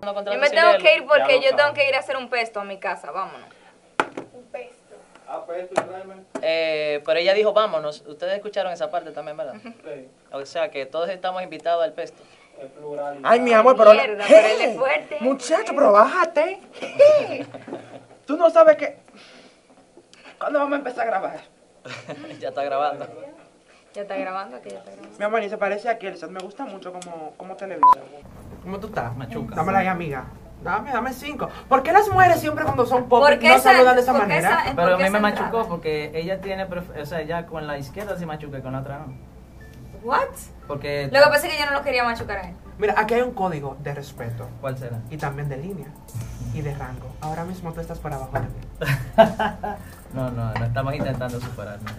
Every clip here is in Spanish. tengo que ir Ya porque lo yo tengo sabe. que ir a hacer un pesto a mi casa, vámonos. Un pesto. Ah, pues esto tráeme. Eh, pero ella dijo, vámonos. Ustedes escucharon esa parte también, ¿verdad? Sí, O sea que todos estamos invitados al pesto. en plural. Ay, mi amor, pero... ¡Eh! Mierda, pero él es fuerte. Muchacho, pero bájate. Tú no sabes que... ¿Cuándo vamos a empezar a grabar? ya está grabando. Ya está grabando, que ya está grabando. Mi amor, y se parece a Kelson. Me gusta mucho como, como televisa. ¿Cómo tú estás? Machuca. Dámela ahí, amiga. Dame, dame cinco. ¿Por qué las mujeres siempre cuando son pobres Porque no esa- saludan de esa porque manera? esa- Pero a porque mí me esa machucó entrada. porque ella tiene, pref- o sea, ella con la izquierda se machuca y con la otra no. What? Porque, Lo que pasa es que yo no lo quería machucar a él. Mira, aquí hay un código de respeto. ¿cuál será? Y también de línea. Y de rango. Ahora mismo tú estás por abajo de mí. No, no, no estamos intentando superarnos.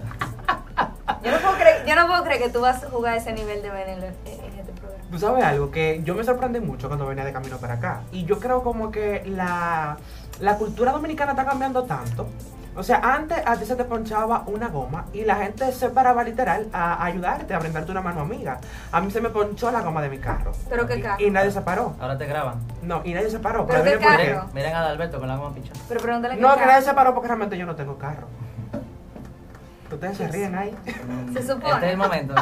Yo no puedo creer, yo no puedo creer que tú vas a jugar ese nivel de veneno en, en este programa. Tú sabes algo que yo me sorprendí mucho cuando venía de camino para acá. Y yo creo como que la, la cultura dominicana está cambiando tanto. O sea, antes a ti se te ponchaba una goma y la gente se paraba literal a ayudarte, a brindarte una mano amiga. A mí se me ponchó la goma de mi carro. Pero qué Y- carro. Y, nadie se paró. Ahora te graban. No, y nadie se paró. Pero qué miren por carro. Miren a Adalberto con la goma pichada. Pero pregúntale No, qué que cara. nadie se paró porque realmente yo no tengo carro. Ustedes se ríen ahí. Mm, Se supone. Este es el momento.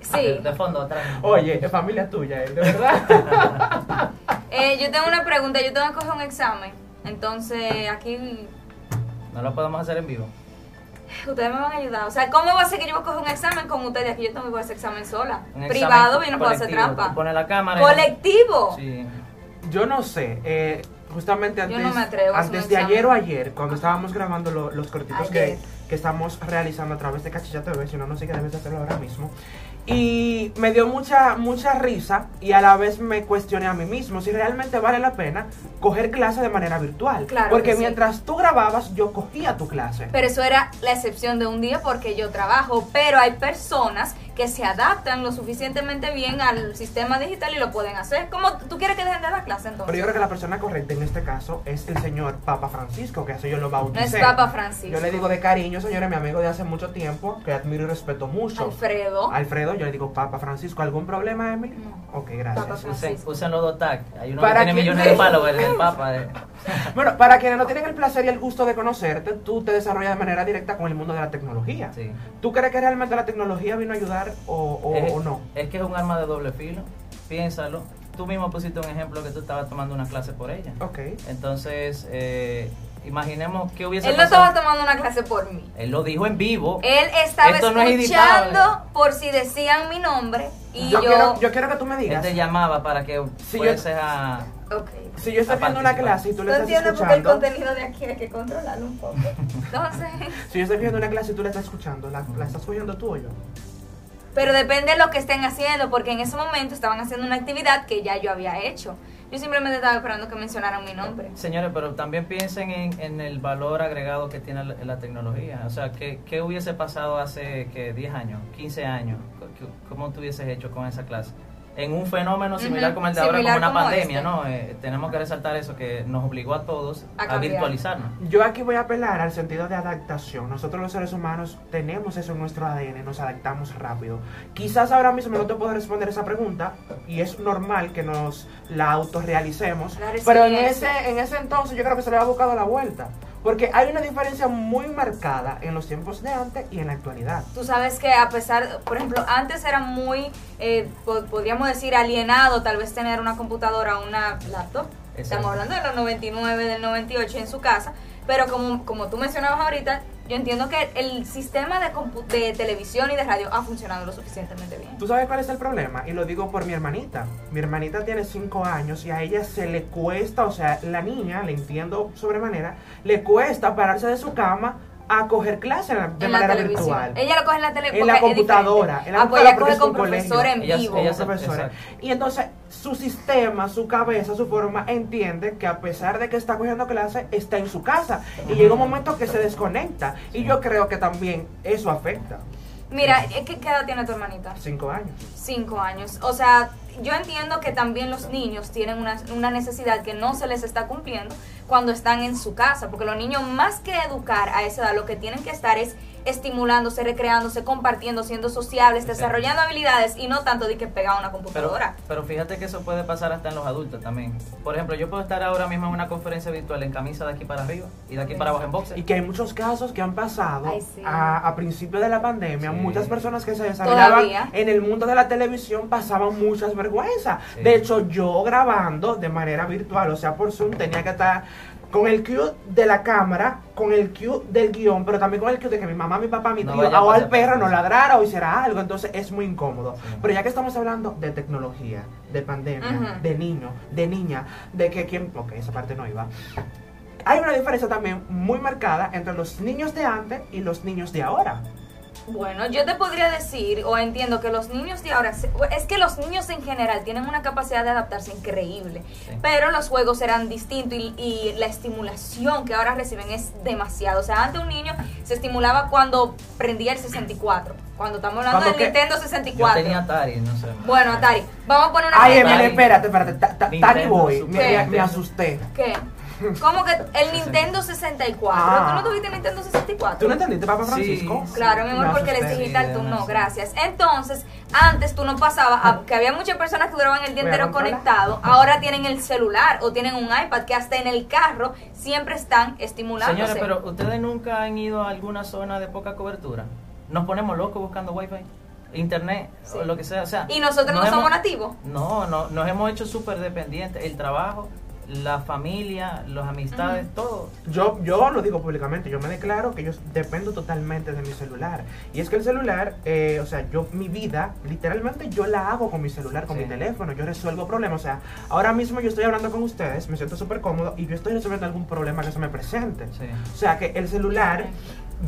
Sí. De, de fondo, atrás. Oye, es familia tuya, ¿eh? de verdad. Eh, yo tengo una pregunta, yo tengo que coger un examen. Entonces, aquí No lo podemos hacer en vivo. ustedes me van a ayudar. O sea, ¿cómo va a ser que yo voy a coger un examen con ustedes? Aquí yo tengo que coger ese examen sola. Un examen Privado, yo no puedo hacer colectivo. trampa. Tú pones la cámara. y- Colectivo. Sí. Yo no sé, eh, justamente antes, no me atrevo a hacer antes un de examen. ayer o ayer, cuando estábamos grabando lo- los cortitos que, Ayer. que estamos realizando a través de Cachilla TV, si no, no sé qué debes hacerlo ahora mismo. Y me dio mucha, mucha risa y a la vez me cuestioné a mí mismo si realmente vale la pena coger clase de manera virtual. Claro Porque que sí. mientras tú grababas, yo cogía tu clase. Pero eso era la excepción de un día porque yo trabajo. Pero hay personas que se adaptan lo suficientemente bien al sistema digital y lo pueden hacer. ¿Cómo tú quieres que dejen de la clase entonces? Pero yo creo que la persona correcta en este caso es el señor Papa Francisco, que así yo lo bauticé. No es Papa Francisco. Yo le digo de cariño, señores, mi amigo de hace mucho tiempo, que admiro y respeto mucho. Alfredo. Alfredo, yo le digo Papa Francisco. ¿Algún problema, Emily? ¿Oh? No. Ok, gracias. Papa Francisco. Usen, usen los dos tags. Hay uno que ¿Para tiene qué? millones de followers del Papa. eh. Bueno, para quienes no tienen el placer y el gusto de conocerte, tú te desarrollas de manera directa con el mundo de la tecnología. Sí. ¿Tú crees que realmente la tecnología vino a ayudar o, o- Eh. es, o no? Es que es un arma de doble filo. Piénsalo. Tú mismo pusiste un ejemplo que tú estabas tomando una clase por ella. Ok. Entonces, eh, imaginemos qué hubiese Él no pasado. estaba tomando una clase por mí. Él lo dijo en vivo. Él estaba Esto no es editable. escuchando por si decían mi nombre y yo. Este yo, quiero, yo quiero que tú me Él digas. te llamaba para que Sí, fueses yo- a... Ok. Si yo estoy a viendo una participar. clase y tú No le estás entiendo porque el escuchando. contenido de aquí hay que controlarlo un poco. Entonces. Si yo estoy viendo una clase y tú la estás escuchando, ¿la, la estás cogiendo tú o yo? Pero depende de lo que estén haciendo, porque en ese momento estaban haciendo una actividad que ya yo había hecho. Yo simplemente estaba esperando que mencionaran mi nombre. Señores, pero también piensen en, en el valor agregado que tiene la, la tecnología. O sea, ¿qué, qué hubiese pasado hace que 10 años, 15 años? ¿Qué- ¿Cómo tú hubieses hecho con esa clase? En un fenómeno similar Ujú, como el de ahora, como similar una como pandemia, este. ¿no? Eh, tenemos que resaltar eso, que nos obligó a todos A a, cambiar. virtualizarnos. Yo aquí voy a apelar al sentido de adaptación. Nosotros los seres humanos tenemos eso en nuestro ADN, nos adaptamos rápido. Quizás ahora mismo no te puedo responder esa pregunta y es normal que nos la autorrealicemos, La pero en ese, resiliencia. en ese entonces yo creo que se le ha buscado la vuelta, porque hay una diferencia muy marcada en los tiempos de antes y en la actualidad. Tú sabes que a pesar, por ejemplo, antes era muy, eh, po- podríamos decir, alienado tal vez tener una computadora o una laptop. Exacto. Estamos hablando de los 99, del 98 en su casa. Pero como, como tú mencionabas ahorita, yo entiendo que el sistema de, compu- de televisión y de radio ha funcionado lo suficientemente bien. ¿Tú sabes cuál es el problema? Y lo digo por mi hermanita. Mi hermanita tiene 5 años y a ella se le cuesta, o sea, la niña, le entiendo sobremanera, le cuesta pararse de su cama a coger clases de en la manera televisión. virtual. Ella lo coge en la televisión. En la computadora, en la ah, pues ella computadora porque coge es un con profesor colegio. en Ella- vivo. ella Como profesora. Exacto. Y entonces su sistema, su cabeza, su forma entiende que a pesar de que está cogiendo clases, está en su casa. Y llega un momento que se desconecta. Y yo creo que también eso afecta. Mira, ¿qué, ¿qué edad tiene tu hermanita? Cinco años. Cinco años. O sea, yo entiendo que también los niños tienen una, una necesidad que no se les está cumpliendo cuando están en su casa, porque los niños más que educar a esa edad, lo que tienen que estar es estimulándose, recreándose, compartiendo, siendo sociables, Exacto. desarrollando habilidades y no tanto de que pegado a una Pero, computadora. pero fíjate que eso puede pasar hasta en los adultos también. Por ejemplo, yo puedo estar ahora mismo en una conferencia virtual en camisa de aquí para arriba y de aquí para abajo en Y boxer. que hay muchos casos que han pasado Ay, sí. a, a principios de la pandemia. Sí. Muchas personas que se desarrollaban Todavía. en el mundo de la televisión pasaban muchas vergüenzas. Sí. De hecho, yo grabando de manera virtual, o sea, por Zoom, tenía que estar con el cue de la cámara, con el cue del guión, pero también con el cue de que mi mamá, mi papá, mi No tío, vaya a o al pasar perro no cosas. ladrara o hiciera algo. Entonces es muy incómodo. Sí. Pero ya que estamos hablando de tecnología, de pandemia, Ujú. de niño, de niña, de que quien... Ok, esa parte no iba. Hay una diferencia también muy marcada entre los niños de antes y los niños de ahora. Bueno, yo te podría decir, o entiendo que los niños de ahora, se- es que los niños en general tienen una capacidad de adaptarse increíble, Sí. pero los juegos eran distintos y, y la estimulación que ahora reciben es demasiado. O sea, antes un niño se estimulaba cuando prendía el 64, cuando estamos hablando del Cuando que- Nintendo Yo 64. tenía Atari, no sé. Bueno, Atari, vamos a poner una Ay, regla. Emily, espérate, espérate. ta- ta- Nintendo, Tani Boy, me, Super me- Nintendo. me asusté. ¿Qué? ¿Cómo que el Nintendo 64? ¿Tú Ah. no tuviste Nintendo 64? ¿Tú no entendiste, Papá Sí. Francisco? Claro, mi Me amor, porque asusté. les digital tú Sí, no, sí. gracias. Entonces, antes tú no pasaba, a- que había muchas personas que duraban el día Voy a entero controlar. conectado, ahora tienen el celular o tienen un iPad que hasta en el carro siempre están estimulándose. Señores, pero ustedes nunca han ido a alguna zona de poca cobertura. Nos ponemos locos buscando wifi, internet Sí. o lo que sea. O sea y nosotros no nos somos hemos- nativos. No, no, nos hemos hecho súper dependientes. El trabajo, la familia, las amistades, todo. Yo, yo lo digo públicamente, yo me declaro que yo dependo totalmente de mi celular. Y es que el celular, eh, o sea, yo mi vida, literalmente yo la hago con mi celular, con Sí. mi teléfono, yo resuelvo problemas. O sea, ahora mismo yo estoy hablando con ustedes, me siento súper cómodo y yo estoy resolviendo algún problema que se me presente. Sí. O sea, que el celular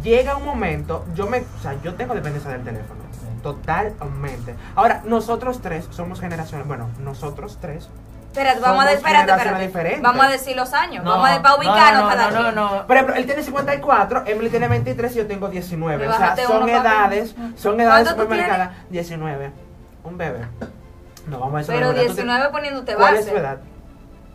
llega un momento, yo me, o sea, yo tengo dependencia del teléfono. Totalmente. Ahora, nosotros tres somos generaciones, bueno, nosotros tres. Espérate, vamos a, Somos de- espérate, generaciones espérate. diferentes. vamos a decir los años, No, vamos a, de- para no, ubicarnos no, no, cada no, quien. no. Por ejemplo, él tiene 54, Emily tiene 23 y yo tengo 19. Me O sea, bajaste uno, son papi. edades, son edades ¿Cuánto tú supermercadas. 19. Un bebé. No, vamos a eso. Pero no es verdad. Tú te- 19 poniéndote ¿Cuál base. es tu edad?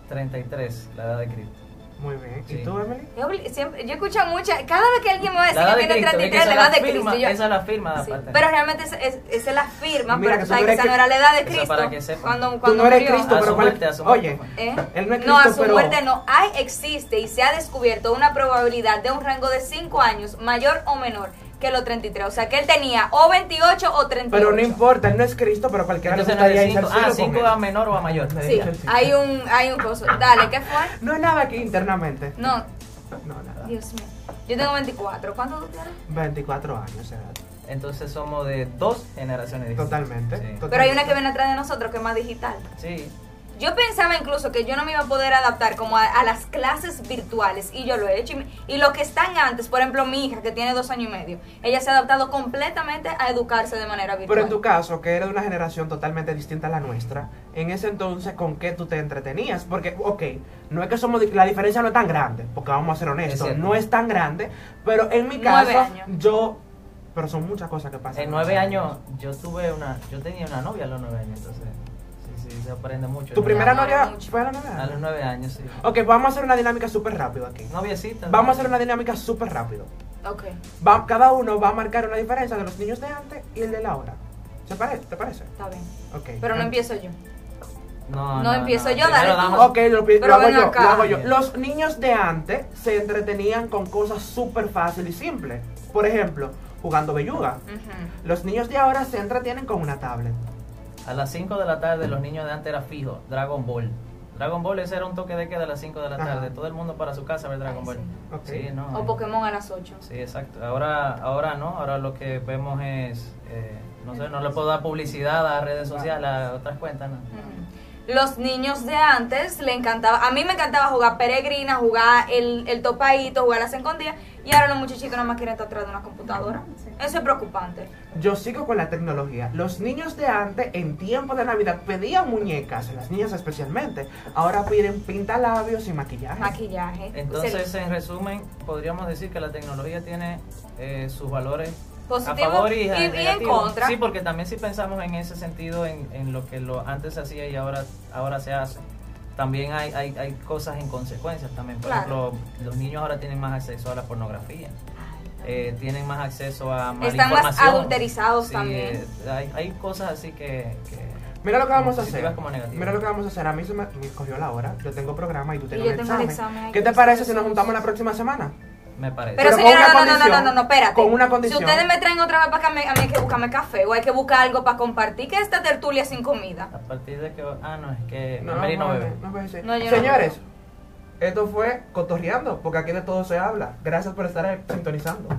33, la edad de Cristo. Muy bien. ¿Y Sí. tú, Emily? Yo, obli- siempre, yo escucho mucha, cada vez que alguien me va a decir La edad que de Cristo, Pues, tiene es que 33, esa es la la edad de firma, Cristo. yo- esa es la firma, Sí, aparte. Pero realmente esa es, esa es la firma, Mira, pero que tú tú sabes que crees esa que- no era la edad de Esa Cristo. para que sepa. Cuando, Tú cuando no eres murió. Cristo, A pero su ¿cuál- muerte, a su muerte Oye. fue. ¿Eh? Él no es a Cristo, su pero- muerte no. Hay, existe y se ha descubierto una probabilidad de un rango de 5 años mayor o menor que los 33. O sea, que él tenía o 28 o 38. Pero no importa, él no es Cristo, pero cualquiera le Entonces, no gustaría de irse al cinco- ah, cielo con 5 él. a menor o a mayor. me Sí, dijeron. hay un, hay un coso. Dale, ¿qué fue? No es nada aquí internamente. No, No, nada. Dios mío. Yo tengo 24. ¿Cuánto tú tienes? 24 años edad. Entonces somos de dos generaciones distintas. Totalmente. Sí. totalmente. Pero hay una que viene atrás de nosotros que es más digital. Sí. Yo pensaba incluso que yo no me iba a poder adaptar como a, a las clases virtuales y yo lo he hecho. Y, me- y lo que están antes, por ejemplo, mi hija que tiene dos años y medio, ella se ha adaptado completamente a educarse de manera virtual. Pero en tu caso, que eres de una generación totalmente distinta a la nuestra, en ese entonces, ¿con qué tú te entretenías? Porque, ok, no es que somos, di- la diferencia no es tan grande, porque vamos a ser honestos, cierto. no es tan grande, pero en mi Nueve caso, años. yo, pero son muchas cosas que pasan. En nueve años, yo tuve una, yo tenía una novia a los nueve años, entonces, sí, sí, se aprende mucho. ¿Tu ¿no? primera amaba novia mucho. fue a los nueve A los años? nueve años, sí. Ok, vamos a hacer una dinámica súper rápido aquí. Noviecita. Vamos a ¿no? hacer una dinámica súper rápido. Ok. Va- cada uno va a marcar una diferencia de los niños de antes y el de la hora. ¿Se parece? ¿Te parece? Está bien. Ok. Pero no empiezo yo. No, No, no, empiezo yo, primero dale tú. damos- Ok, lo, pi- Ah. Pero lo hago ven yo, acá. lo hago yo. Bien. Los niños de antes se entretenían con cosas súper fáciles y simples. Por ejemplo, jugando belluga. Ujú. Los niños de ahora se entretienen con una tablet. A las 5 de la tarde los niños de antes era fijo, Dragon Ball. Dragon Ball ese era un toque de queda a las 5 de la Ajá. tarde, todo el mundo para su casa a ver Dragon Ay, Ball. sí. Ok. Sí, no. O eh. Pokémon a las 8. Sí, exacto. Ahora ahora no, ahora lo que vemos es eh, no sé, no le puedo dar publicidad a redes sociales, a otras cuentas, no. Los niños de antes le encantaba, a mí me encantaba jugar peregrina, jugar el, el topadito, jugar las escondidas y ahora los muchachitos nada más quieren estar atrás de una computadora. Eso es preocupante. Yo sigo con la tecnología. Los niños de antes, en tiempo de Navidad, pedían muñecas, las niñas especialmente. Ahora piden pintalabios y maquillaje. Maquillaje. Entonces, en resumen, podríamos decir que la tecnología tiene eh, sus valores a Positivo favor y, y- y en negativo. contra. Sí, porque también si pensamos en ese sentido, en, en lo que lo antes se hacía y ahora, ahora se hace, también hay, hay, hay cosas en consecuencias también. Por Claro. ejemplo, los niños ahora tienen más acceso a la pornografía. eh, tienen más acceso a más Están más información. adulterizados Sí, también. eh, hay, hay cosas así que... que- Mira lo que vamos a como positivas hacer. como negativas. Mira lo que vamos a hacer. A mí se me, me cogió la hora. Yo tengo programa y tú Y tienes yo un tengo el examen. examen, hay ¿Qué que te buscar parece si nos esos. juntamos la próxima semana? me parece. Pero, Pero con señora, no, una no, no, no, condición. no, no, espérate. Con una condición. Si ustedes me traen otra vez para acá, me- a mí hay que buscarme café o hay que buscar algo para compartir que esta tertulia sin comida. A partir de que... Ah, no, es que... No, Mary no no, bebe. no puede ser. No, yo no. Señores, esto fue Cotorreando, porque aquí de todo se habla. Gracias por estar eh, sintonizando.